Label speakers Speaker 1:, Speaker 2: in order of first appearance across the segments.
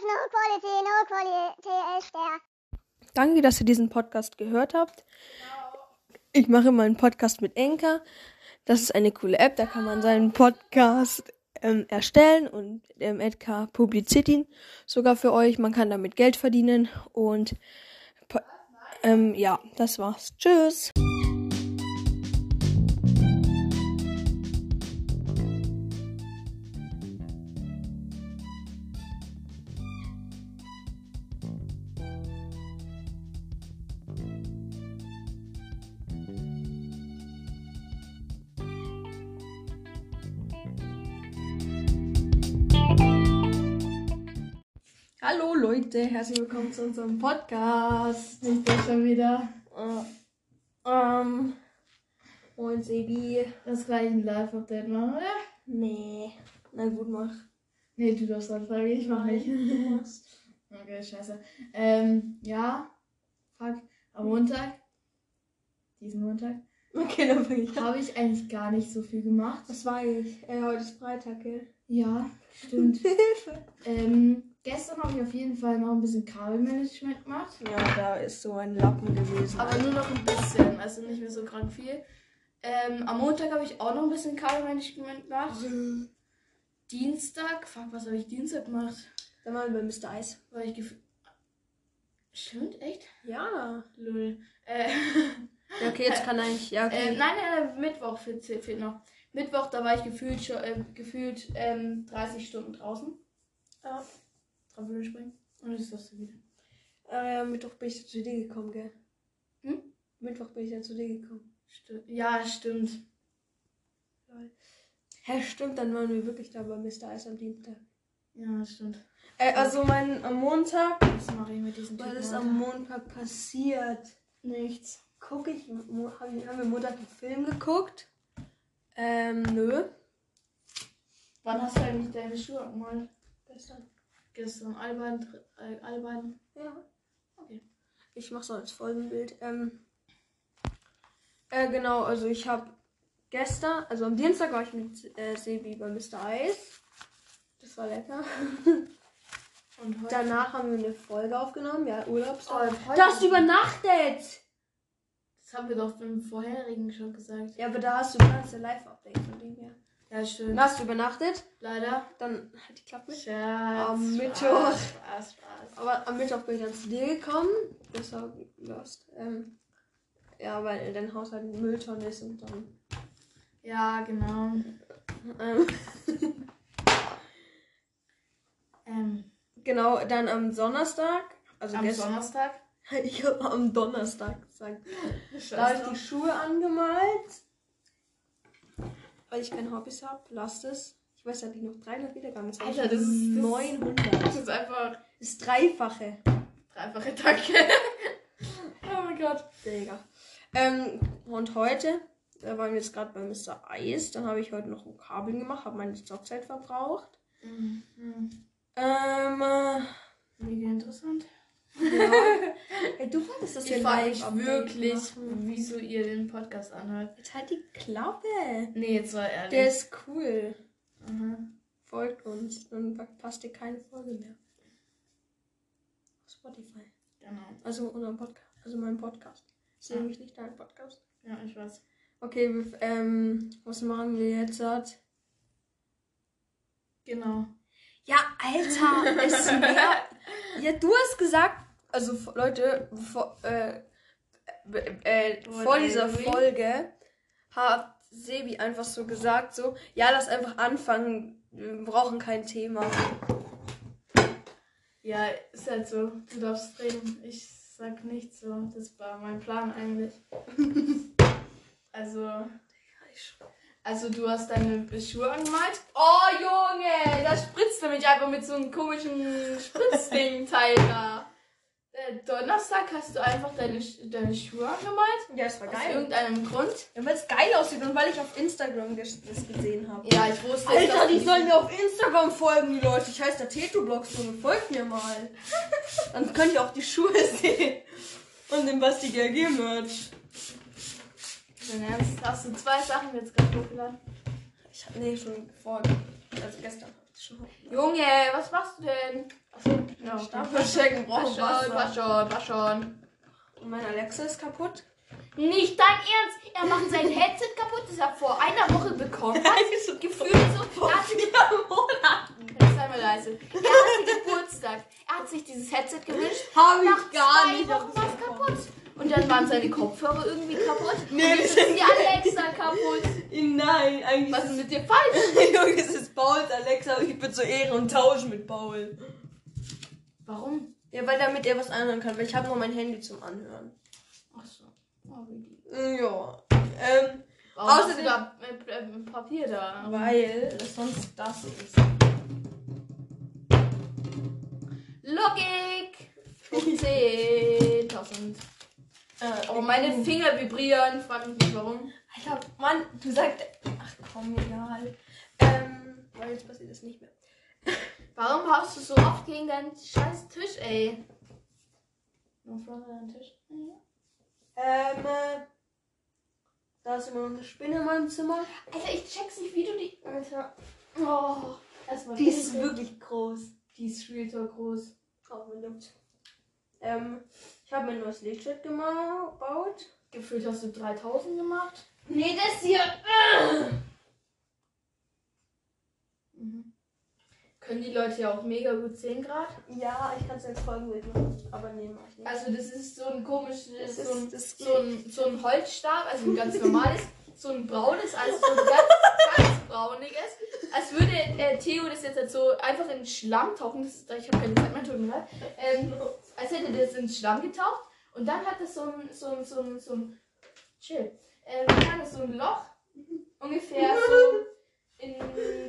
Speaker 1: Quality, no quality ist der.
Speaker 2: Danke, dass ihr diesen Podcast gehört habt. Ich mache mal einen Podcast mit Enker. Das ist eine coole App, da kann man seinen Podcast ähm, erstellen und ähm, Edka publiziert ihn sogar für euch. Man kann damit Geld verdienen und po- ähm, ja, das war's. Tschüss. Hallo Leute, herzlich willkommen zu unserem Podcast.
Speaker 3: Ich bin schon wieder
Speaker 2: ähm, und Sebi.
Speaker 3: das gleiche Live-Update machen, oder?
Speaker 2: Nee. Na gut, mach.
Speaker 3: Nee, du darfst anfangen, ich mach nicht. Okay, scheiße. Ähm, ja, fuck, am Montag, diesen Montag,
Speaker 2: Okay, dann fange ich an.
Speaker 3: habe ich eigentlich gar nicht so viel gemacht.
Speaker 2: Was war ich? Äh, heute ist Freitag, gell?
Speaker 3: Ja, stimmt. ähm, gestern habe ich auf jeden Fall noch ein bisschen Kabelmanagement gemacht.
Speaker 2: Ja, da ist so ein Lappen gewesen.
Speaker 3: Aber nur noch ein bisschen, also nicht mehr so krank viel. Ähm, am Montag habe ich auch noch ein bisschen Kabelmanagement gemacht. Dienstag, fuck, was habe ich Dienstag gemacht?
Speaker 2: Dann waren wir bei Mr. Eis.
Speaker 3: Weil ich gef Stimmt, echt?
Speaker 2: Ja.
Speaker 3: Lul. Äh,
Speaker 2: ja. Okay, jetzt kann eigentlich. Ja,
Speaker 3: äh,
Speaker 2: okay.
Speaker 3: nein, nein, nein, Mittwoch fehlt, fehlt noch. Mittwoch, da war ich gefühlt, schon, äh, gefühlt ähm, 30 Stunden draußen.
Speaker 2: Ja.
Speaker 3: Trampolin springen. Und jetzt darfst du wieder.
Speaker 2: äh, Mittwoch bin ich zu dir gekommen, gell?
Speaker 3: Hm?
Speaker 2: Mittwoch bin ich ja zu dir gekommen.
Speaker 3: Sti ja, stimmt.
Speaker 2: Hä, stimmt, dann waren wir wirklich da bei Mr. Eis am Dienstag.
Speaker 3: Ja, stimmt.
Speaker 2: Äh, also mein, am Montag.
Speaker 3: Was mache ich mit diesem
Speaker 2: Was
Speaker 3: Typen
Speaker 2: ist
Speaker 3: heute?
Speaker 2: am Montag passiert?
Speaker 3: Nichts.
Speaker 2: Guck ich, mo- hab ich, haben wir Montag einen Film geguckt? Ähm, nö.
Speaker 3: Wann hast du eigentlich deine Schuhe angemalt?
Speaker 2: Gestern.
Speaker 3: Gestern, alle beiden. dr- Äh, alle beiden.
Speaker 2: Ja.
Speaker 3: Okay.
Speaker 2: Ich mach's so als Folgenbild. Ähm, äh, genau, also ich habe gestern, also am Dienstag war ich mit äh, Sebi bei Mr. Eis. Das war lecker.
Speaker 3: Und heute.
Speaker 2: Danach haben wir eine Folge aufgenommen, ja,
Speaker 3: oh,
Speaker 2: Urlaubstag.
Speaker 3: heute
Speaker 2: Du hast übernachtet!
Speaker 3: das haben wir doch im vorherigen schon gesagt.
Speaker 2: Ja, aber da hast du ganz ein Live-Update von dem her.
Speaker 3: Ja, stimmt.
Speaker 2: Dann hast du übernachtet,
Speaker 3: Leider.
Speaker 2: dann hat die Klappe.
Speaker 3: Scherz.
Speaker 2: Am
Speaker 3: Spaß,
Speaker 2: Mittwoch.
Speaker 3: Spaß, Spaß.
Speaker 2: Aber am Mittwoch bin ich dann zu dir gekommen. Das war lost. Ähm, ja, weil dein Haus halt eine Mülltonne ist und dann.
Speaker 3: Ja, genau.
Speaker 2: Ähm,
Speaker 3: Ähm,
Speaker 2: genau, dann am Sonntag. Also
Speaker 3: am
Speaker 2: gestern.
Speaker 3: Donnerstag.
Speaker 2: Ich habe am Donnerstag gesagt. Da habe ich die Schuhe angemalt. Weil ich keine Hobbys habe. Lasst es. Ich weiß, da hatte ich noch 300 Wiedergaben. Jetzt habe ich
Speaker 3: Alter, das ist- das-
Speaker 2: 900.
Speaker 3: Das ist einfach
Speaker 2: Das ist dreifache.
Speaker 3: dreifache Danke. oh mein Gott.
Speaker 2: Digga. Ähm, und heute, da waren wir jetzt gerade bei Mr. Eis, dann habe ich heute noch ein Kabel gemacht, habe meine Stockzeit verbraucht.
Speaker 3: Mhm.
Speaker 2: Ähm, äh,
Speaker 3: Mega interessant.
Speaker 2: ja. Ey, du wolltest das
Speaker 3: Ich
Speaker 2: ja
Speaker 3: frage mich
Speaker 2: Live-Update
Speaker 3: wirklich,
Speaker 2: machen.
Speaker 3: wieso ihr den Podcast anhört.
Speaker 2: Jetzt halt die Klappe.
Speaker 3: Nee, jetzt war ehrlich.
Speaker 2: Der ist cool.
Speaker 3: Mhm.
Speaker 2: Folgt uns, dann verpasst ihr keine Folge mehr. Auf Spotify.
Speaker 3: Genau.
Speaker 2: Also unseren Podcast. Also meinen Podcast. Ist
Speaker 3: Ja.
Speaker 2: nämlich nicht dein Podcast.
Speaker 3: Ja, ich weiß.
Speaker 2: Okay, wir, ähm, was machen wir jetzt? Halt?
Speaker 3: Genau.
Speaker 2: Ja, Alter, es mehr. Ja, du hast gesagt, also f- Leute, vor, äh, b- äh,
Speaker 3: What
Speaker 2: vor
Speaker 3: are
Speaker 2: dieser
Speaker 3: we?
Speaker 2: Folge hat Sebi einfach so gesagt, so, ja, lass einfach anfangen, wir brauchen kein Thema.
Speaker 3: Ja, ist halt so. Du darfst reden. Ich sag nichts so. Das war mein Plan eigentlich. also. Also du hast deine Schuhe angemalt. Oh Junge, das spritzt nämlich einfach mit so einem komischen Spritzding-Teil da. Äh, Donnerstag hast du einfach deine, Sch- deine Schuhe angemalt.
Speaker 2: Ja, es war
Speaker 3: Aus irgendeinem Grund.
Speaker 2: Ja, weil es geil aussieht und weil ich auf Instagram ges- das gesehen habe.
Speaker 3: Ja, ich wusste
Speaker 2: Alter,
Speaker 3: dass
Speaker 2: die
Speaker 3: du-
Speaker 2: sollen mir auf Instagram folgen, die Leute. Ich heiße der Tetoblockstunde. Folgt mir mal. Dann könnt ihr auch die Schuhe sehen. Und den Basti GLG-Merch.
Speaker 3: Dein Ernst, hast du zwei Sachen jetzt gerade hochgeladen?
Speaker 2: Ich hab, nee, schon vor. Also gestern hab ich das schon.
Speaker 3: Junge, was machst du denn? Ach Ja, okay.
Speaker 2: Staub-
Speaker 3: Verstecken braucht
Speaker 2: Waschort.
Speaker 3: Wasser. Waschort, Waschort.
Speaker 2: Und mein Alexa ist kaputt.
Speaker 3: Nicht dein Ernst! Er macht sein Headset kaputt, das er vor einer Woche bekommen hat. Gefühlt so vor vier Monaten. Jetzt sei mal leise. Er hatte Geburtstag. Er hat sich dieses Headset gewünscht.
Speaker 2: Hab
Speaker 3: Nach zwei Wochen war es kaputt. Und dann waren seine Kopfhörer irgendwie kaputt.
Speaker 2: Nee,
Speaker 3: und
Speaker 2: die
Speaker 3: jetzt
Speaker 2: sind
Speaker 3: ist die Alexa kaputt.
Speaker 2: Nein, eigentlich
Speaker 3: Was ist mit dir falsch?
Speaker 2: Junge, es ist Pauls Alexa und ich bin so Ehre und tausche mit Paul.
Speaker 3: Warum?
Speaker 2: Ja, weil damit er was anhören kann, weil ich habe nur mein Handy zum Anhören.
Speaker 3: Ach so. Oh, wie die-
Speaker 2: Äh, Ja. Ähm,
Speaker 3: Warum hast du da äh, äh, Papier da?
Speaker 2: weil es sonst das ist.
Speaker 3: Logik! 10.000.
Speaker 2: Äh,
Speaker 3: Oh, meine Finger vibrieren. Frag mich nicht warum.
Speaker 2: Alter, Mann, du sagst. Ach komm, egal. Ähm, weil jetzt passiert das nicht mehr.
Speaker 3: Warum haust du so oft gegen deinen scheiß Tisch, ey? Warum flog deinen Tisch?
Speaker 2: Ähm, äh, da ist immer noch eine Spinne in meinem Zimmer.
Speaker 3: Alter, ich check's nicht, wie du die. Alter. Oh, erstmal.
Speaker 2: Die ist wirklich groß.
Speaker 3: Die ist real so groß.
Speaker 2: Aufgelockt. Ähm, ich habe mir ein neues Lidschild gebaut.
Speaker 3: Gefühlt hast du 3000 gemacht.
Speaker 2: Nee, das hier.
Speaker 3: Mhm. Können die Leute ja auch mega gut 10 Grad.
Speaker 2: Ja, ich kann es als Folgenbild machen, aber nee, mach ich nicht.
Speaker 3: Also, das ist so ein komisches.
Speaker 2: Das
Speaker 3: So ein,
Speaker 2: ist, das
Speaker 3: so ein, so ein Holzstab, also ein ganz normales. So ein braunes, also so ein ganz, ganz brauniges. Als würde äh, Theo das jetzt halt so einfach in den Schlamm tauchen. Das ist, ich habe keine Zeit mehr, tut mir leid. Ähm, als hätte das in den Schlamm getaucht und dann hat es so ein, so ein, so ein, so ein, chill, ähm, dann ist so ein Loch, ungefähr so in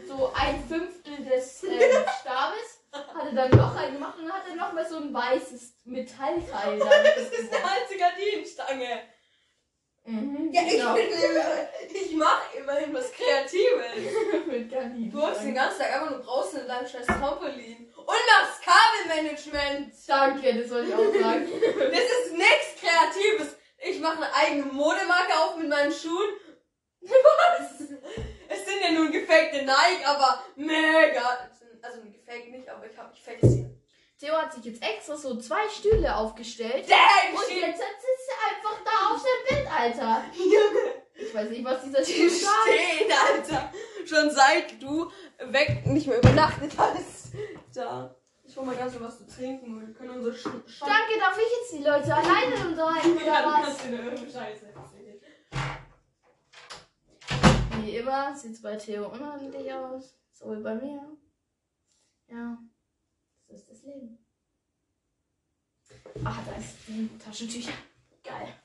Speaker 3: so ein Fünftel des ähm, Stabes, hat er dann ein Loch reingemacht und dann hat er nochmal so ein weißes Metallteil.
Speaker 2: das ist eine alte Gardinenstange.
Speaker 3: Mhm,
Speaker 2: Ja, ich
Speaker 3: genau.
Speaker 2: bin, äh, ich mache immerhin was Kreatives.
Speaker 3: mit Gardinen.
Speaker 2: Du hockst den ganzen Tag einfach nur draußen in deinem scheiß Trampolin und machst Kabelmanagement.
Speaker 3: Danke, das wollte ich auch sagen.
Speaker 2: Das ist nichts Kreatives. Ich mache eine eigene Modemarke auf mit meinen Schuhen. Was? Es sind ja nun gefakte Nike, aber mega. Also gefaked nicht, aber ich habe ich fake sie.
Speaker 3: Theo hat sich jetzt extra so zwei Stühle aufgestellt.
Speaker 2: Dang,
Speaker 3: Und
Speaker 2: shit.
Speaker 3: jetzt sitzt er einfach da auf seinem Bett, Alter.
Speaker 2: Junge.
Speaker 3: Ich weiß nicht, was dieser
Speaker 2: Die
Speaker 3: Typ sagt.
Speaker 2: stehen, Alter. Schon seit du weg nicht mehr übernachtet hast. Da. Ich hol mal ganz was zu trinken und wir können unsere Sch Scheiße.
Speaker 3: Danke, darf ich jetzt die Leute alleine unterhalten oder was?
Speaker 2: Scheiße erzählen.
Speaker 3: Wie immer sieht's bei Theo unordentlich aus. So wie bei mir. Ja, so ist das Leben. Ah, da ist die Taschentücher. Geil.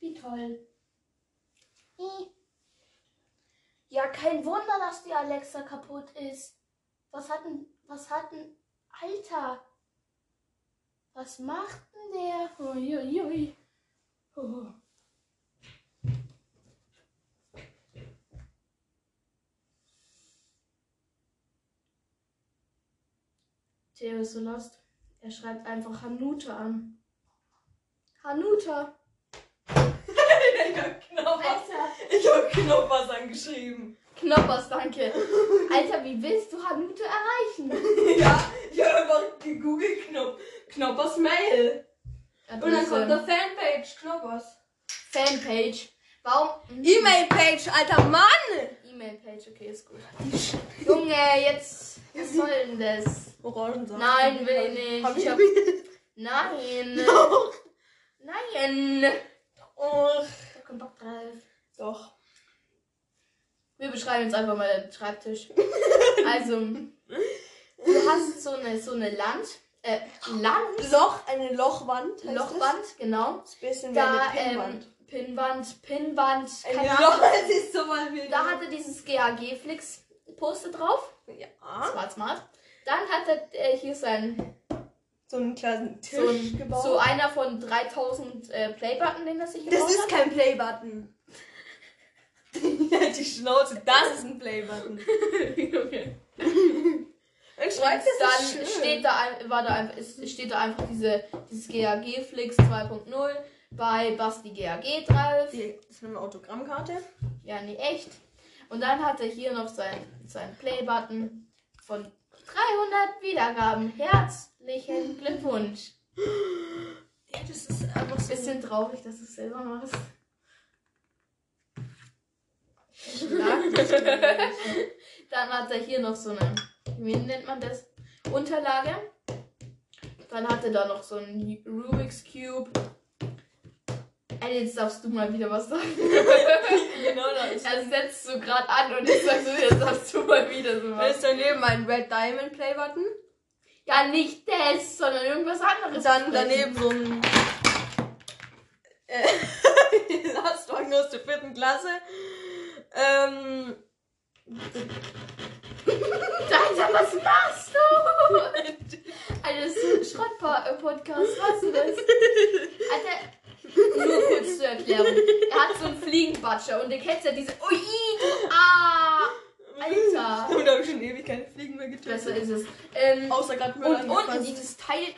Speaker 3: Wie toll. Hm.
Speaker 1: Wie?
Speaker 3: Ja, kein Wunder, dass die Alexa kaputt ist. Was hat denn, was hat denn, Alter? Was macht denn der? Uiuiui. Oh. Theo ist so lost. Er schreibt einfach Hanuta an. Hanuta.
Speaker 2: Ich hab Knoppers.
Speaker 3: Alter.
Speaker 2: Ich hab Knoppers angeschrieben.
Speaker 3: Knoppers, danke. Alter, wie willst du Hanute erreichen?
Speaker 2: Ja, ich hab einfach gegoogelt Knop Knoppers Mail. Und dann kommt der Fanpage Knoppers.
Speaker 3: Fanpage. Warum? Mhm.
Speaker 2: E-Mail-Page, alter Mann!
Speaker 3: E-Mail-Page, okay, ist gut. Junge, jetzt. Was soll denn das?
Speaker 2: Orangensaft.
Speaker 3: Nein, will ich nicht.
Speaker 2: Hab ich
Speaker 3: Ich hab- Nein.
Speaker 2: Doch.
Speaker 3: Nein.
Speaker 2: Och.
Speaker 3: Ich hab keinen Bock drauf.
Speaker 2: Doch.
Speaker 3: Wir beschreiben jetzt einfach mal den Schreibtisch. Also, du hast so eine, so eine Land. Äh, Land.
Speaker 2: Loch, eine Lochwand. heißt
Speaker 3: Lochwand, genau.
Speaker 2: Das ist ein bisschen wie
Speaker 3: Da,
Speaker 2: eine
Speaker 3: ähm,
Speaker 2: Pinnwand.
Speaker 3: Pinnwand, Pinnwand.
Speaker 2: eine
Speaker 3: keine
Speaker 2: Loch, das ist so mal wie.
Speaker 3: Da hat er dieses GAG-Flix-Poster drauf. Das
Speaker 2: ja.
Speaker 3: war smart. Dann hat er äh, hier sein,
Speaker 2: so einen kleinen Tisch
Speaker 3: so, ein,
Speaker 2: gebaut.
Speaker 3: so einer von 3000 äh, Playbutton, den er sich
Speaker 2: das
Speaker 3: gebaut
Speaker 2: ist
Speaker 3: hat.
Speaker 2: kein Playbutton. halt die Schnauze, das ist ein Playbutton.
Speaker 3: okay.
Speaker 2: Und schreibt
Speaker 3: Und
Speaker 2: das
Speaker 3: dann
Speaker 2: ist schön.
Speaker 3: steht da, ein- war da einfach, es steht da einfach diese, dieses GAG Flix 2.0 bei Basti GAG drauf.
Speaker 2: Die- Das ist eine Autogrammkarte.
Speaker 3: Ja, nee, echt. Und dann hat er hier noch seinen sein Play-Button von 300 Wiedergaben. Herzlichen Glückwunsch.
Speaker 2: Ja, das ist einfach so.
Speaker 3: Bisschen traurig, dass du es selber machst. Dann hat er hier noch so eine, wie nennt man das? Unterlage. Dann hat er da noch so einen Rubik's Cube. Ey, jetzt darfst du mal wieder was sagen.
Speaker 2: genau das.
Speaker 3: Er setzt so gerade an und ich sag so, jetzt darfst du mal wieder so was.
Speaker 2: Willst daneben ein Red Diamond Playbutton?
Speaker 3: Ja, nicht das, sondern irgendwas anderes.
Speaker 2: Dann daneben so ein. äh, Lastwagen aus der vierten Klasse. Ähm.
Speaker 3: Alter, was machst du? Alter, das ist ein Schrott-Podcast. Was ist das? Alter, nur kurz zur Erklärung. Er hat so einen Fliegenbatscher und ihr kennt ja diese. Ui, du ah! Alter!
Speaker 2: Und da habe ich schon ewig keine Fliegen mehr getötet.
Speaker 3: Besser ist es. Ähm,
Speaker 2: Außer gerade
Speaker 3: und unten dieses Teil.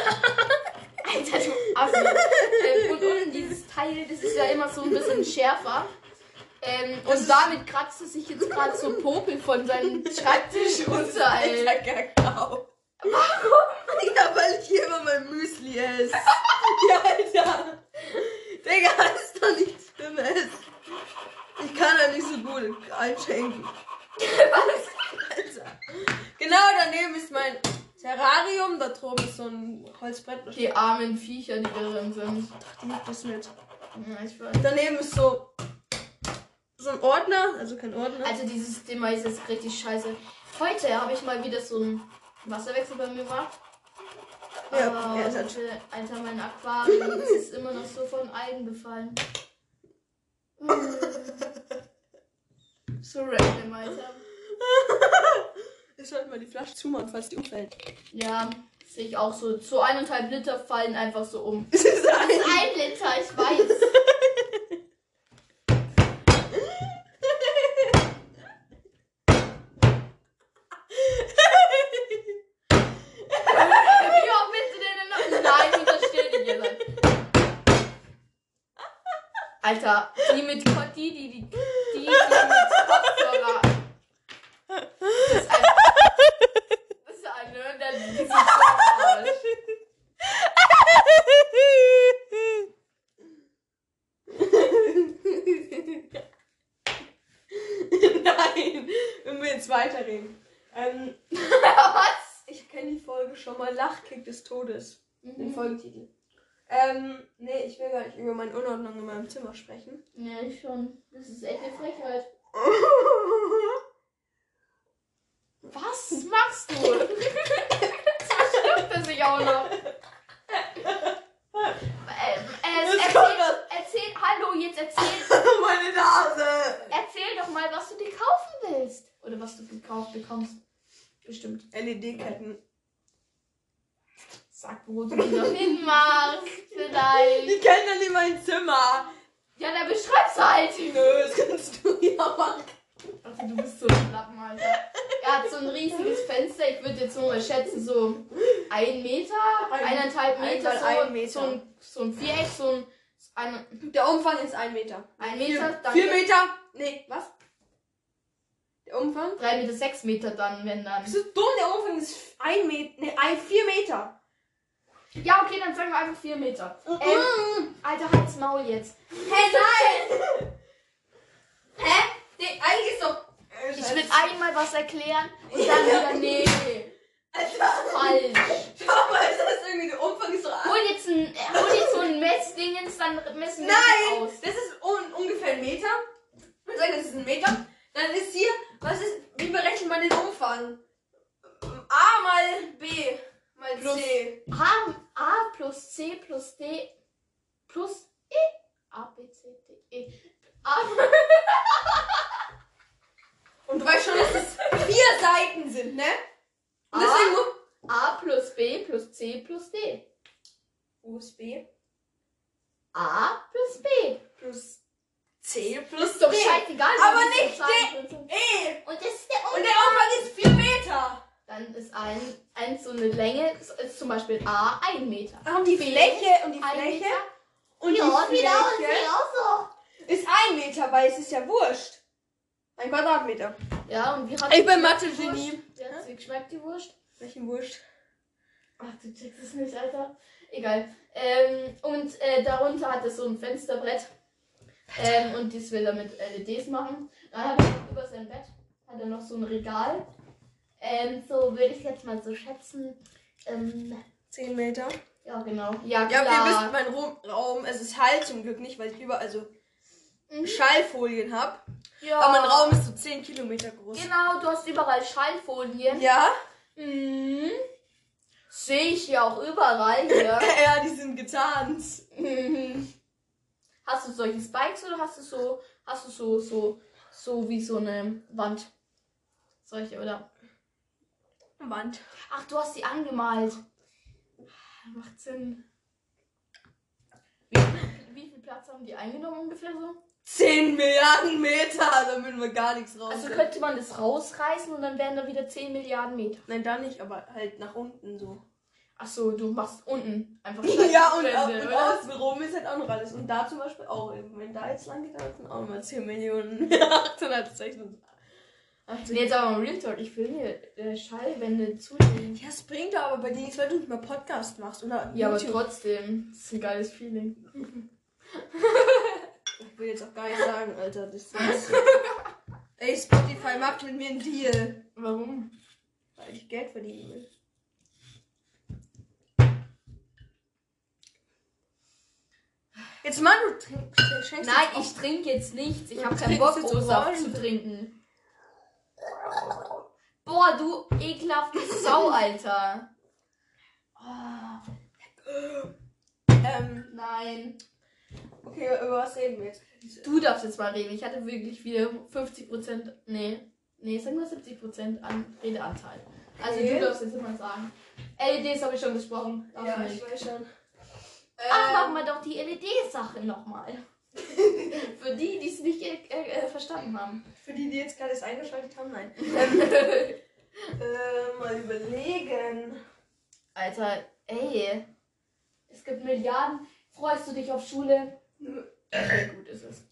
Speaker 3: Alter, du Affe. Ähm, und unten dieses Teil, das ist ja immer so ein bisschen schärfer. Ähm,
Speaker 2: Das
Speaker 3: und
Speaker 2: ist-
Speaker 3: damit kratzt es sich jetzt gerade so Popel von seinem Schreibtisch runter, ey.
Speaker 2: Alter Kakao. Warum? Ja, weil ich hier immer mein Müsli esse. ja, Alter. Digga, das ist doch nichts Schlimmes. Ich kann da nicht so gut einschenken. Was? Alter. Genau daneben ist mein Terrarium. Da droben ist so ein Holzbrett. Da
Speaker 3: Die armen Viecher, die darin sind.
Speaker 2: nimmt das mit.
Speaker 3: Ja, ich weiß.
Speaker 2: Daneben ist so. So ein Ordner. Also kein Ordner.
Speaker 3: Also dieses Thema ist jetzt richtig scheiße. Heute habe ich mal wieder so einen Wasserwechsel bei mir gemacht.
Speaker 2: Ja,
Speaker 3: Aber
Speaker 2: ja, ist halt-
Speaker 3: heute, Alter, mein Aquarium das ist immer noch so von Algen befallen. Also, Mm. so random, Alter.
Speaker 2: Ich sollte mal die Flasche zumachen, falls die umfällt.
Speaker 3: Ja, sehe ich auch so. So eineinhalb Liter fallen einfach so um.
Speaker 2: Es ist ein.
Speaker 3: Ein Liter, ich weiß. Ja, bitte den Nein, unterstell dir jemand. Alter, die mit Ko- die, die, die, die, die mit Kopfhörer. Das ist ein. Das ist ein, ne? Der sieht so aus.
Speaker 2: Nein, wenn wir jetzt weiterreden. Ähm,
Speaker 3: Was?
Speaker 2: ich kenne die Folge schon mal, Lachkick des Todes. Den
Speaker 3: Mhm.
Speaker 2: Folgentitel. Ähm, nee, ich will gar nicht über meine Unordnung in meinem Zimmer sprechen.
Speaker 3: Ja, ich schon. Das ist echt eine Frechheit. Was machst du? Stimmt das ich auch noch. Ähm, äh,
Speaker 2: Das kommt
Speaker 3: erzähl,
Speaker 2: das-
Speaker 3: erzähl, hallo, jetzt erzähl
Speaker 2: meine Nase!
Speaker 3: Erzähl doch mal, was du dir kaufen willst. Oder was du gekauft bekommst. Bestimmt.
Speaker 2: E LED-Ketten.
Speaker 3: Sag, wo du die noch hinmachst. Vielleicht.
Speaker 2: Ich kenne doch nicht mein Zimmer.
Speaker 3: Ja, dann beschreib's halt.
Speaker 2: Nö, das kannst du ja machen.
Speaker 3: Also, du bist so ein Lappen, Alter. Er hat so ein riesiges Fenster. Ich würde jetzt nur mal schätzen, so ein Meter,
Speaker 2: Ein-
Speaker 3: eineinhalb Meter.
Speaker 2: einmal
Speaker 3: so,
Speaker 2: ein Meter.
Speaker 3: So, ein, so ein Viereck, so ein. Ein,
Speaker 2: Der Umfang ist ein Meter.
Speaker 3: ein
Speaker 2: Vier,
Speaker 3: Meter, dann.
Speaker 2: vier Meter? Nee, was? Der Umfang?
Speaker 3: Drei Meter, sechs Meter dann, wenn dann.
Speaker 2: Bist du dumm? Der Umfang ist ein Meter. Nee, ein, vier Meter.
Speaker 3: Ja, okay, dann sagen wir einfach vier Meter. Ähm,
Speaker 2: Ähm,
Speaker 3: Alter, halt's Maul jetzt.
Speaker 2: hey, nein! Hä? Nee, eigentlich ist doch.
Speaker 3: Ich will einmal was erklären und dann wieder nee.
Speaker 2: Alter,
Speaker 3: Falsch.
Speaker 2: schau mal, ist das irgendwie. Der Umfang ist doch.
Speaker 3: Hol jetzt, ein, äh, hol jetzt so ein Messdingens, dann messen wir das
Speaker 2: Nein!
Speaker 3: aus.
Speaker 2: Das ist un ungefähr ein Meter. Wir sagen, das ist ein Meter. Dann ist hier. Was ist. Wie berechnet man den Umfang? A mal B mal
Speaker 3: Plus.
Speaker 2: C.
Speaker 3: A, A plus C plus D plus E. A, B, C, D, E. A,
Speaker 2: Und du weißt schon, dass es vier Seiten sind, ne? Und deswegen muss.
Speaker 3: A plus B plus C plus D.
Speaker 2: USB
Speaker 3: A plus B.
Speaker 2: plus C plus
Speaker 3: Ist doch
Speaker 2: D.
Speaker 3: scheißegal, Doppel A, ein Meter.
Speaker 4: Und die Fläche, und die
Speaker 3: Ein
Speaker 4: Fläche,
Speaker 3: Meter.
Speaker 4: und die
Speaker 1: Ja, sieht aus,
Speaker 4: Fläche
Speaker 1: auch
Speaker 4: ist ein Meter, weil es ist ja wurscht. Ein Quadratmeter.
Speaker 3: Ja, und wie hat
Speaker 2: Ich
Speaker 3: sie
Speaker 2: bin
Speaker 3: geschmeckt, die
Speaker 2: Mathe-Genie.
Speaker 3: Wurst? Wie hat sie geschmeckt, die Wurst?
Speaker 4: Welchen wurscht?
Speaker 3: Ach, du checkst es nicht, Alter. Egal. Ähm, und äh, darunter hat es so ein Fensterbrett. Ähm, und dies will er mit LEDs machen. Dann hat er noch über sein Bett hat er noch so ein Regal. Ähm, so würde ich jetzt mal so schätzen. Ähm,
Speaker 4: 10 Meter.
Speaker 3: ja, genau. Ja,
Speaker 2: Ja,
Speaker 3: klar.
Speaker 2: und ihr wisst, mein Raum, Raum es ist Hall zum Glück nicht, weil ich überall so
Speaker 3: Mhm.
Speaker 2: Schallfolien habe.
Speaker 3: ja.
Speaker 2: Aber mein Raum ist so 10 Kilometer groß.
Speaker 3: Genau, du hast überall Schallfolien.
Speaker 2: Ja,
Speaker 3: Mhm. Sehe ich ja auch überall hier.
Speaker 2: ja, die sind getarnt.
Speaker 3: Mhm. Hast du solche Spikes oder hast du so, hast du so, so, so wie so eine Wand? Solche, oder?
Speaker 2: Wand.
Speaker 3: Ach, du hast die angemalt. Macht Sinn. Wie, wie viel Platz haben die eingenommen ungefähr so?
Speaker 2: 10 Milliarden Meter, da würden wir gar nichts raus.
Speaker 3: Also könnte man das rausreißen und dann wären da wieder 10 Milliarden Meter.
Speaker 2: Nein, da nicht, aber halt nach unten so.
Speaker 3: Ach so, du machst unten einfach
Speaker 2: Ja, und,
Speaker 3: Scheißwände,
Speaker 2: au- und
Speaker 3: oder?
Speaker 2: außenrum ist halt auch noch alles. Und da zum Beispiel auch, eben, wenn da jetzt lang geht, dann sind auch nochmal 10 Millionen. 886.
Speaker 3: Nee, jetzt aber mal Real Talk, ich will mir äh, Schallwände zulegen.
Speaker 2: Ja, es bringt doch aber bei dir nichts, weil du nicht mehr Podcast machst oder
Speaker 3: Ja, aber
Speaker 2: YouTube.
Speaker 3: trotzdem, das ist ein geiles Feeling.
Speaker 2: Ich will jetzt auch gar nicht sagen, Alter. Das ist Ey, Spotify macht mit mir einen Deal.
Speaker 3: Warum?
Speaker 2: Weil ich Geld verdienen will. Jetzt mal, du trink, schenkst
Speaker 3: Nein,
Speaker 2: jetzt
Speaker 3: ich trinke jetzt nichts. Ich habe
Speaker 2: Du
Speaker 3: keinen
Speaker 2: trinkst
Speaker 3: Bock,
Speaker 2: jetzt
Speaker 3: O-Saft zu
Speaker 2: Orangen.
Speaker 3: trinken. Boah, du ekelhafte Sau, Alter.
Speaker 2: Ähm,
Speaker 3: Nein.
Speaker 2: okay, über was reden wir jetzt?
Speaker 3: Du darfst jetzt mal reden. Ich hatte wirklich wieder 50%. Nee. Nee, sag mal 70% an Redeanteil. Also
Speaker 2: Okay.
Speaker 3: du darfst jetzt immer sagen. E LEDs habe ich schon gesprochen. Darfst du
Speaker 2: Ja,
Speaker 3: nicht.
Speaker 2: ich weiß schon.
Speaker 3: Ach, machen
Speaker 2: Ähm,
Speaker 3: wir doch die E LED-Sache nochmal. Für die, die es nicht äh, äh, verstanden haben.
Speaker 2: für die, die jetzt gerade es eingeschaltet haben, nein. Äh, mal überlegen.
Speaker 3: Alter, ey. Es gibt Milliarden. Freust du dich auf Schule?
Speaker 2: Nö.
Speaker 3: Okay, gut ist es.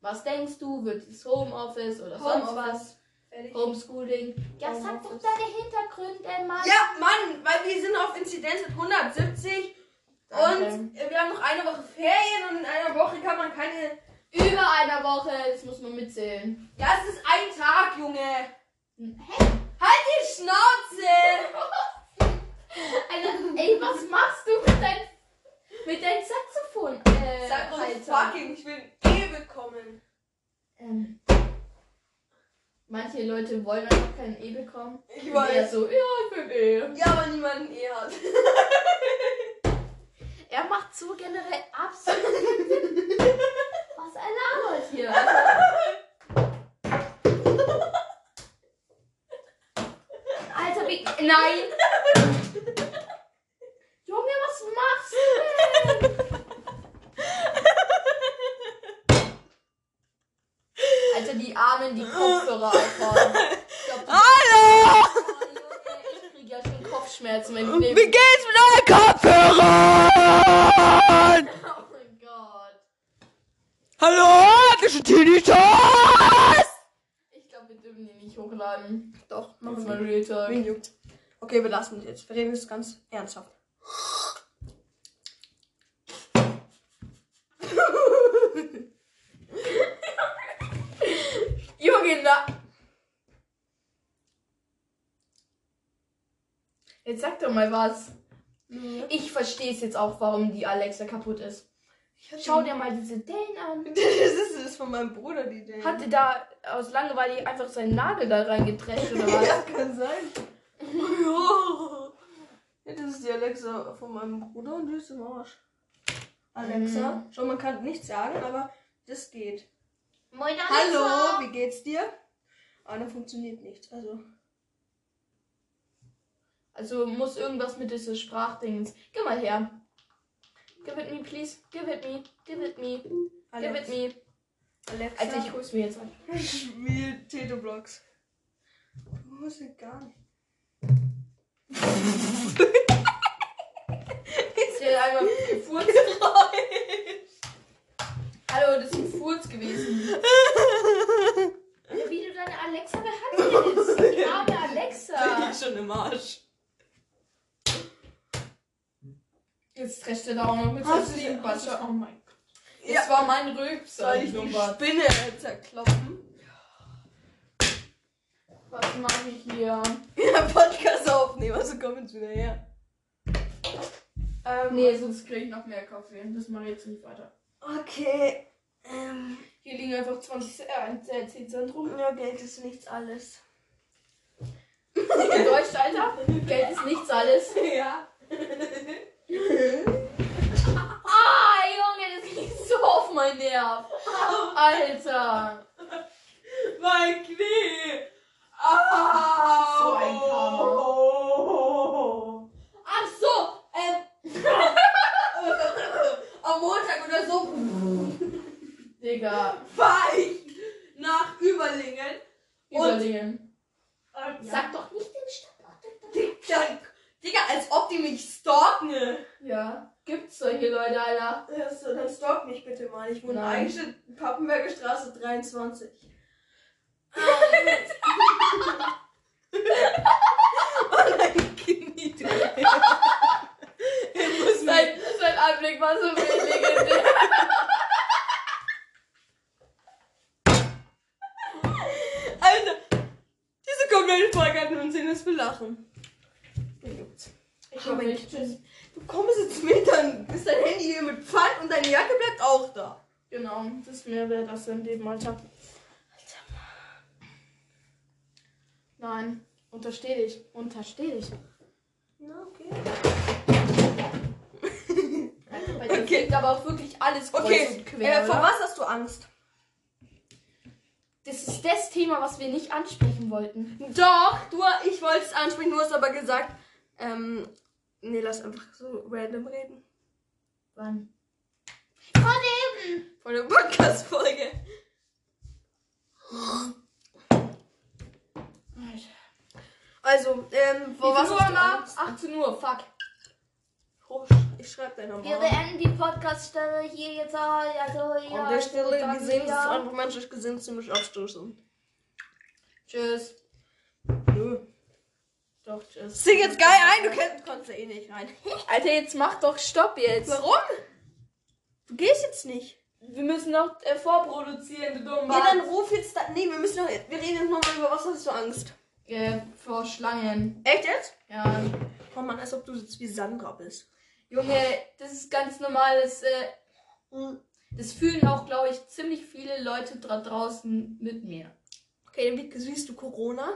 Speaker 3: Was denkst du? Wird es Homeoffice oder sonst
Speaker 2: Homeoffice.
Speaker 3: was?
Speaker 2: Ehrlich?
Speaker 3: Homeschooling? Ja, sag doch
Speaker 2: Homeoffice.
Speaker 3: deine Hintergründe, Mann.
Speaker 2: Ja, Mann, weil wir sind auf Inzidenz mit 170 und äh, wir haben noch eine Woche Ferien und in einer Woche kann man keine.
Speaker 3: Über einer Woche, das muss man mitzählen.
Speaker 2: Ja, es ist ein Tag, Junge.
Speaker 3: Hä?
Speaker 2: Halt die Schnauze!
Speaker 3: Alter, ey, was machst du mit deinem mit deinem Saxophon? Äh,
Speaker 2: Sag doch nicht
Speaker 3: Alter.
Speaker 2: fucking, ich will ein E bekommen.
Speaker 3: Ähm, manche Leute wollen einfach kein E bekommen.
Speaker 2: Ich
Speaker 3: Und er
Speaker 2: weiß.
Speaker 3: so, ja, ich will E.
Speaker 2: Ja, aber niemand ein E hat.
Speaker 3: Er macht so generell absolut. Was ein Arbeit hier. Alter, wie. Nein! Junge, was machst du denn? Alter, die Armen, die Kopfhörer aufhaben. Ich glaub, die-
Speaker 2: Ah. Hallo!
Speaker 3: Oh, Junge, ich krieg ja schon Kopfschmerzen, wenn ich
Speaker 2: Wie geht's mit euren Kopfhörern?
Speaker 3: Oh mein Gott.
Speaker 2: Hallo, hat ihr schon Tinnitus?
Speaker 3: Ich glaube, wir dürfen die nicht hochladen.
Speaker 2: Doch,
Speaker 3: Machen
Speaker 2: machen
Speaker 3: wir
Speaker 2: wir.
Speaker 3: Real Talk.
Speaker 2: Wen juckt? Okay, wir lassen es jetzt. Wir reden jetzt ganz ernsthaft.
Speaker 3: Junge, na. Jetzt sag doch mal was. Ich verstehe es jetzt auch, warum die Alexa kaputt ist. Schau dir mal diese Dellen an.
Speaker 2: Das ist, das ist von meinem Bruder, die Idee.
Speaker 3: Hatte da aus Langeweile einfach seinen Nagel da reingedrescht oder
Speaker 2: Ja,
Speaker 3: was?
Speaker 2: kann sein. ja, das ist die Alexa von meinem Bruder und die ist im Arsch. Alexa, schon man kann nichts sagen, aber das geht.
Speaker 1: Moin,
Speaker 2: Hallo, wie geht's dir? Ah, dann funktioniert nichts. Also,
Speaker 3: Also muss irgendwas mit dieses Sprachdingens. Geh mal her. Give it me, please. Give it me. Give it me. Give it
Speaker 2: Alex,
Speaker 3: me.
Speaker 2: Alexa,
Speaker 3: Also ich hol's mir jetzt an.
Speaker 2: spiel Tedoblocks. Du musst ja gar nicht.
Speaker 3: Der hat einmal gefurzt. Hallo, das ist ein Furz gewesen.
Speaker 1: Wie du deine Alexa behandelst. Die arme Alexa.
Speaker 2: schon im Arsch.
Speaker 3: Jetzt trägt er da auch noch mit
Speaker 2: Hast du-
Speaker 3: seinem
Speaker 2: hast du-
Speaker 3: Batscher. Oh mein Gott.
Speaker 2: Ja.
Speaker 3: Das war mein also Rülpser.
Speaker 2: Soll ich die
Speaker 3: Lumbert.
Speaker 2: Spinne zerklopfen?
Speaker 3: Was mache ich hier?
Speaker 2: Ja, Podcast aufnehmen, also komm jetzt wieder her.
Speaker 3: Ähm, nee, sonst kriege ich noch mehr Kaffee. Das mache ich jetzt nicht weiter.
Speaker 2: Okay. Ähm,
Speaker 3: Hier liegen einfach 20 Cent, äh, äh, 10 Cent rum.
Speaker 2: ja, Geld ist nichts alles.
Speaker 3: In Deutsch, Alter. Geld ist nichts alles.
Speaker 2: Ja.
Speaker 3: Ah, Junge, das ging so auf meinen Nerv. Alter.
Speaker 2: Mein Knie! Au!
Speaker 3: So ein
Speaker 2: Karma. Ach so, ähm. am Montag oder so
Speaker 3: Digga.
Speaker 2: fahr ich nach Überlingen.
Speaker 3: Überlegen.
Speaker 2: Und
Speaker 1: Sag doch nicht den Standort.
Speaker 2: Digga, Digga, als ob die mich stalken.
Speaker 3: Ja. Gibt's solche Leute, Alter?
Speaker 2: Ja, so, dann stalk mich bitte mal. Ich wohne
Speaker 3: Nein.
Speaker 2: eigentlich in Pappenberger Straße 23. oh nein, Knie, du. Ich muss mich-
Speaker 3: Sein, sein halt, Anblick war so viel legendär.
Speaker 2: Alter, diese komplette Folge hat nur einen Sinn, dass wir lachen. Mir juckt's.
Speaker 3: Ich hab nicht. Tschüss.
Speaker 2: Du kommst jetzt mit, dann ist dein Handy hier mit Pfand und deine Jacke bleibt auch da.
Speaker 3: Genau, das ist mehr wert als dein Leben, Alter. Nein, untersteh dich, untersteh dich.
Speaker 2: Na, okay.
Speaker 3: Alter, bei dir
Speaker 2: Okay.
Speaker 3: fliegt aber auch wirklich alles kreuz
Speaker 2: Okay,
Speaker 3: und quer,
Speaker 2: äh,
Speaker 3: oder?
Speaker 2: vor was hast du Angst?
Speaker 3: Das ist das Thema, was wir nicht ansprechen wollten.
Speaker 2: Doch, du, ich wollte es ansprechen, du hast aber gesagt, ähm, nee, lass einfach so random reden.
Speaker 3: Wann?
Speaker 1: Von eben.
Speaker 2: Von der Podcast-Folge. Also, ähm, vor was hast du Angst?
Speaker 3: 18 Uhr, fuck.
Speaker 2: Oh, ich schreibe deiner
Speaker 1: Wir
Speaker 2: Mama.
Speaker 1: beenden die Podcast-Stelle hier jetzt. ah, Also, ja,
Speaker 2: An der Stelle
Speaker 1: dann
Speaker 2: gesehen, das ist
Speaker 1: wieder.
Speaker 2: einfach menschlich gesehen ziemlich abstoßend.
Speaker 3: Tschüss.
Speaker 2: Nö.
Speaker 3: Doch, tschüss.
Speaker 2: Sing jetzt geil ein, du kennst, konntest ja eh nicht rein.
Speaker 3: Alter, jetzt mach doch Stopp jetzt.
Speaker 2: Warum? Du gehst jetzt nicht.
Speaker 3: Wir müssen noch äh, vorproduzieren, du
Speaker 2: Ja, dann
Speaker 3: Dummbar.
Speaker 2: ruf jetzt da. Nee, wir müssen noch. Wir reden jetzt nochmal über was hast du Angst.
Speaker 3: Äh, vor Schlangen.
Speaker 2: Echt jetzt?
Speaker 3: Ja.
Speaker 2: Oh Mann, als ob du jetzt wie Sandra bist.
Speaker 3: Junge, das ist ganz normal. Das, äh,
Speaker 2: Hm.
Speaker 3: das fühlen auch, glaube ich, ziemlich viele Leute da draußen mit mir.
Speaker 2: Okay, dann wie- siehst du Corona.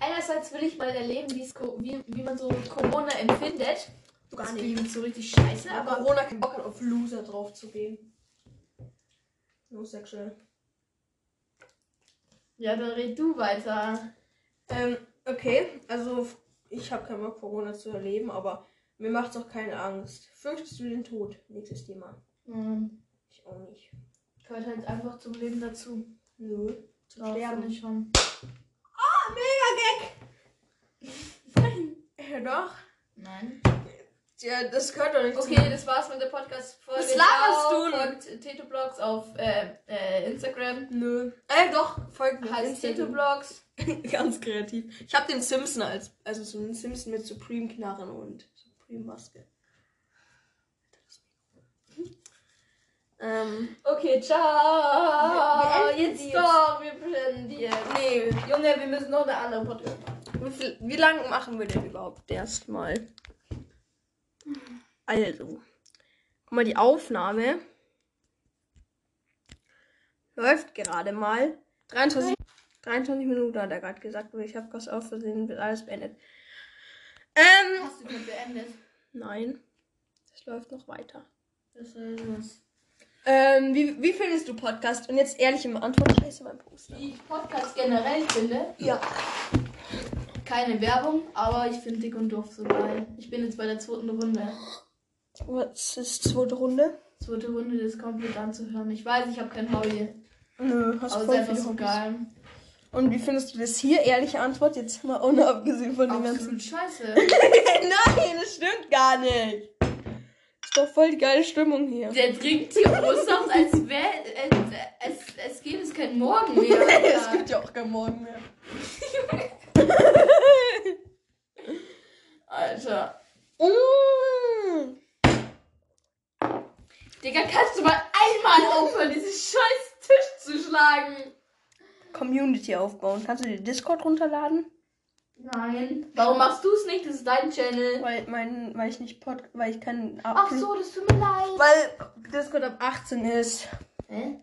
Speaker 3: Einerseits will ich mal erleben, wie's Co- wie, wie man so Corona empfindet.
Speaker 2: Du gar
Speaker 3: Das
Speaker 2: nicht. Ne,
Speaker 3: klingt so richtig scheiße,
Speaker 2: Ja,
Speaker 3: aber
Speaker 2: Corona keinen Bock hat, auf Loser drauf zu gehen. No sexual.
Speaker 3: Ja, dann red du weiter.
Speaker 2: Ähm, okay, also ich habe keinen Bock, Corona zu erleben, aber mir macht's auch keine Angst. Fürchtest du den Tod? Nächstes Thema.
Speaker 3: Hm,
Speaker 2: Ich auch nicht.
Speaker 3: gehört halt einfach zum Leben dazu.
Speaker 2: Nö. Zu
Speaker 3: Ja,
Speaker 2: sterben. Ah,
Speaker 3: finde ich schon.
Speaker 2: Ja, doch.
Speaker 3: Nein.
Speaker 2: Ja, das gehört doch nicht
Speaker 3: Okay, das war's mit der Podcast-Folge.
Speaker 2: Was laberst
Speaker 3: Ciao,
Speaker 2: du denn?
Speaker 3: Folgt Teto Blogs auf äh, äh, Instagram.
Speaker 2: Nö. Äh, doch, folgt mir.
Speaker 3: Heißt Teto
Speaker 2: Instagram.
Speaker 3: Blogs.
Speaker 2: Ganz kreativ. Ich habe den Simpson als, also so einen Simpson mit Supreme-Knarren und Supreme-Maske. Ähm,
Speaker 3: Okay, ciao.
Speaker 2: Wir- wir enden
Speaker 3: jetzt,
Speaker 2: die
Speaker 3: doch, wir blenden jetzt.
Speaker 2: nee,
Speaker 3: Junge, wir müssen noch eine andere Podcast.
Speaker 2: wie, viel, wie lang machen wir denn überhaupt erstmal? Also, guck mal, die Aufnahme läuft gerade mal. 23, 23 Minuten hat er gerade gesagt, aber ich habe das auf Versehen wird alles beendet. Ähm,
Speaker 3: Hast du schon beendet?
Speaker 2: Nein. Es läuft noch weiter.
Speaker 3: Das ist
Speaker 2: Ähm, wie, wie findest du Podcast? Und jetzt ehrlich im Antwort, scheiße, mein Poster.
Speaker 3: Wie ich Podcast generell finde,
Speaker 2: Ja.
Speaker 3: keine Werbung, aber ich finde Dick und Doof so geil. Ich bin jetzt bei der zweiten Runde.
Speaker 2: Was ist zweite Runde?
Speaker 3: Zweite Runde, das komplett anzuhören. Ich weiß, ich habe kein Hobby.
Speaker 2: Nö, hast
Speaker 3: Aber es
Speaker 2: du
Speaker 3: ist
Speaker 2: voll
Speaker 3: einfach
Speaker 2: viele
Speaker 3: so
Speaker 2: Hobbys.
Speaker 3: geil.
Speaker 2: Und wie findest du das hier? Ehrliche Antwort, jetzt mal ohne abgesehen von dem ganzen.
Speaker 3: Absolut scheiße.
Speaker 2: Nein, das stimmt gar nicht. Ist doch voll die geile Stimmung hier.
Speaker 3: Der trinkt hier Ostern, als wäre es, es, es gäbe es keinen Morgen mehr.
Speaker 2: Es
Speaker 3: Alter.
Speaker 2: gibt ja auch keinen Morgen mehr.
Speaker 3: Alter.
Speaker 2: Mmh.
Speaker 3: Digga, kannst du mal einmal aufhören, diesen scheiß Tisch zu schlagen?
Speaker 2: Community aufbauen. Kannst du dir Discord runterladen?
Speaker 3: Nein. Warum machst du es nicht? Das ist dein Channel.
Speaker 2: Weil mein, weil ich nicht Pod, weil ich keinen.
Speaker 3: Ach so, das tut mir leid.
Speaker 2: Weil Discord ab 18 ist.
Speaker 3: Hä?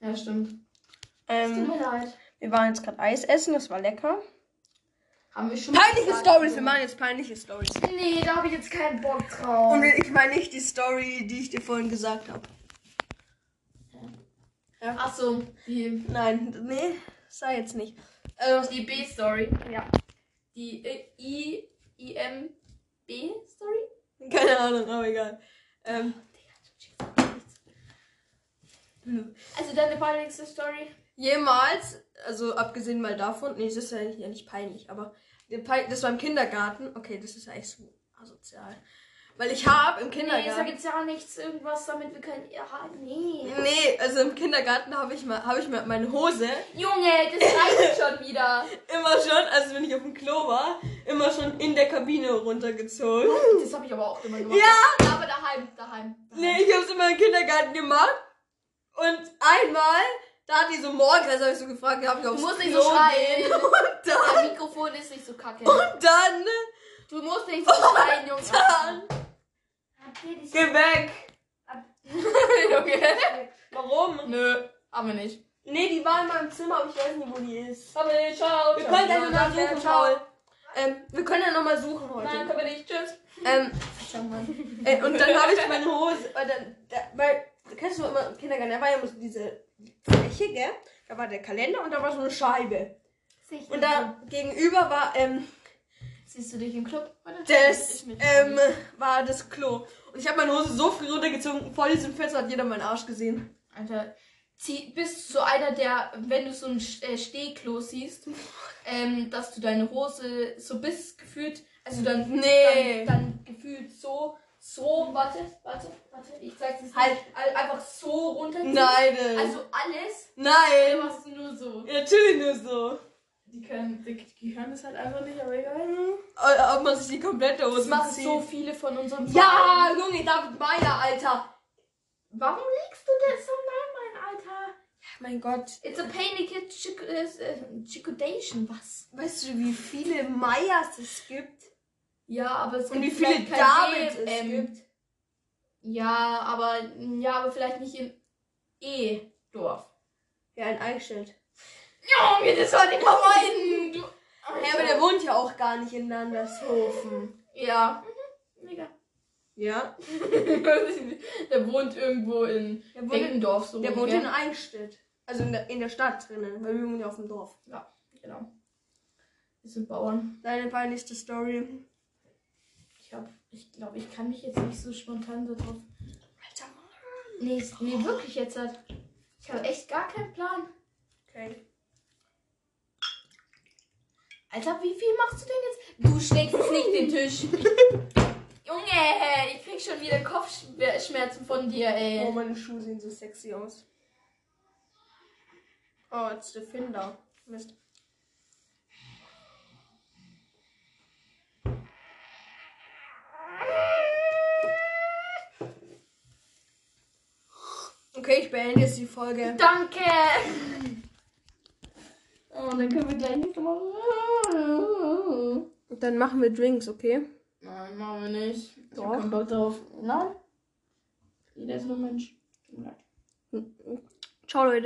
Speaker 3: Ja, stimmt. Das tut
Speaker 2: Ähm,
Speaker 3: mir leid.
Speaker 2: wir waren jetzt gerade Eis essen, das war lecker.
Speaker 3: Haben wir schon
Speaker 2: Peinliche
Speaker 3: gesagt,
Speaker 2: Stories,
Speaker 3: so.
Speaker 2: wir machen jetzt peinliche Stories.
Speaker 3: Nee, da habe ich jetzt keinen Bock drauf.
Speaker 2: Und ich meine nicht die Story, die ich dir vorhin gesagt habe.
Speaker 3: Ach so, die, äh,
Speaker 2: Nein, nee, sei jetzt nicht.
Speaker 3: die B-Story.
Speaker 2: Ja.
Speaker 3: Die äh, I, IMB-Story?
Speaker 2: Keine Ahnung, aber egal. Ähm,
Speaker 3: Also deine peinlichste Story?
Speaker 2: jemals, also abgesehen mal davon, nee, das ist ja nicht, ja nicht peinlich, aber die Pei- das war im Kindergarten. Okay, das ist ja echt so asozial. Weil ich habe im
Speaker 3: Nee, sag
Speaker 2: Kindergarten.
Speaker 3: jetzt Genau, ja nichts, irgendwas, damit wir können. Ja, nee.
Speaker 2: Nee, also im Kindergarten habe ich mal, habe ich mal meine Hose
Speaker 3: Junge, das reicht schon wieder.
Speaker 2: immer schon, also wenn ich auf dem Klo war, immer schon in der Kabine runtergezogen.
Speaker 3: Das habe ich aber auch immer gemacht.
Speaker 2: Ja.
Speaker 3: Aber daheim, daheim. daheim.
Speaker 2: Nee, ich hab's immer im Kindergarten gemacht. Und einmal, da hat die so morgens, also hab ich so gefragt, hab ich
Speaker 3: Du
Speaker 2: aufs
Speaker 3: musst nicht
Speaker 2: Klo
Speaker 3: so schreien.
Speaker 2: gehen. Und dann,
Speaker 3: Dein Mikrofon ist nicht so kacke.
Speaker 2: und dann,
Speaker 3: Du musst nicht so schreien, Junge.
Speaker 2: dann, geh weg.
Speaker 3: Junge.
Speaker 2: Warum?
Speaker 3: Nö, haben wir nicht.
Speaker 2: Nee, die war in meinem Zimmer, aber ich weiß nicht, wo die ist.
Speaker 3: Haben wir nicht. Ciao.
Speaker 2: Wir
Speaker 3: ciao.
Speaker 2: können ja nochmal
Speaker 3: Danke,
Speaker 2: suchen,
Speaker 3: ciao.
Speaker 2: Paul. Ähm, wir können ja nochmal suchen heute.
Speaker 3: Nein, können wir nicht. Tschüss.
Speaker 2: Ähm, äh, und dann habe ich meine Hose, weil, dann, da, weil, kennst du immer im Kindergarten, da war ja immer so diese Fläche, gell? Da war der Kalender und da war so eine Scheibe. Und da gegenüber war, ähm,
Speaker 3: Siehst du dich im Club? Oder?
Speaker 2: das,
Speaker 3: Ich nicht.
Speaker 2: ähm, war das Klo. Und ich habe meine Hose so früh runtergezogen, vor diesem Fenster hat jeder meinen Arsch gesehen.
Speaker 3: Alter, zieh, bist du so einer, der, wenn du so ein Sch- äh, Stehklo siehst, ähm, dass du deine Hose so bis gefühlt, also dann,
Speaker 2: Nee.
Speaker 3: dann, dann gefühlt so, so, warte, warte, warte, ich zeig's jetzt
Speaker 2: Halt.
Speaker 3: Al- einfach so runter.
Speaker 2: Nein. äh,
Speaker 3: Also alles,
Speaker 2: Nein.
Speaker 3: du machst nur so.
Speaker 2: Ja, natürlich nur so.
Speaker 3: Die können, die, die können das halt einfach nicht, aber egal.
Speaker 2: Äh, Ob ob man sich die komplette
Speaker 3: Das
Speaker 2: Hose
Speaker 3: machen
Speaker 2: zieht.
Speaker 3: so viele von unserem
Speaker 2: Ja, Junge, David Meyer, Alter.
Speaker 3: Warum legst du das so nah, mein Alter?
Speaker 2: Mein Gott.
Speaker 3: It's a panic, chickudation, was?
Speaker 2: Weißt du, wie viele Meyers es gibt?
Speaker 3: Ja, aber es
Speaker 2: Und
Speaker 3: gibt
Speaker 2: wie viele
Speaker 3: vielleicht kein
Speaker 2: Davids es
Speaker 3: DM.
Speaker 2: gibt?
Speaker 3: Ja, aber ja, aber vielleicht nicht im E-Dorf.
Speaker 2: Ja, in Eichstätt.
Speaker 3: Junge, das war nicht vermeiden. Du.
Speaker 2: Ja, aber der wohnt ja auch gar nicht in Landershofen.
Speaker 3: Ja. Mhm, mega.
Speaker 2: Ja?
Speaker 3: der wohnt irgendwo in
Speaker 2: Der wohnt, in,
Speaker 3: Beckendorf so.
Speaker 2: der wohnt
Speaker 3: gell?
Speaker 2: in Eichstätt. Also in der, in der Stadt drinnen, weil wir wohnen ja auf dem Dorf.
Speaker 3: Genau. Das sind Bauern.
Speaker 2: Deine peinlichste Story.
Speaker 3: Ich hab, ich glaube, ich kann mich jetzt nicht so spontan so drauf.
Speaker 2: Alter Mann.
Speaker 3: Nee, ist- nee, wirklich jetzt halt. Ich habe echt gar keinen Plan.
Speaker 2: Okay.
Speaker 3: Alter, wie viel machst du denn jetzt? Du schlägst jetzt nicht den Tisch. Junge, ich krieg schon wieder Kopfschmerzen von dir,
Speaker 2: Oh,
Speaker 3: ey.
Speaker 2: meine Schuhe sehen so sexy aus. Oh, jetzt der Finder. Mist. Okay, ich beende jetzt die Folge.
Speaker 3: Danke. Oh, dann können wir gleich nicht machen.
Speaker 2: Dann machen wir Drinks, okay?
Speaker 3: Nein, machen wir nicht. Ich
Speaker 2: Doch.
Speaker 3: hab keinen Bock drauf. Nein. Jeder ist nur Mensch. Tut mir leid.
Speaker 2: Ciao, Leute.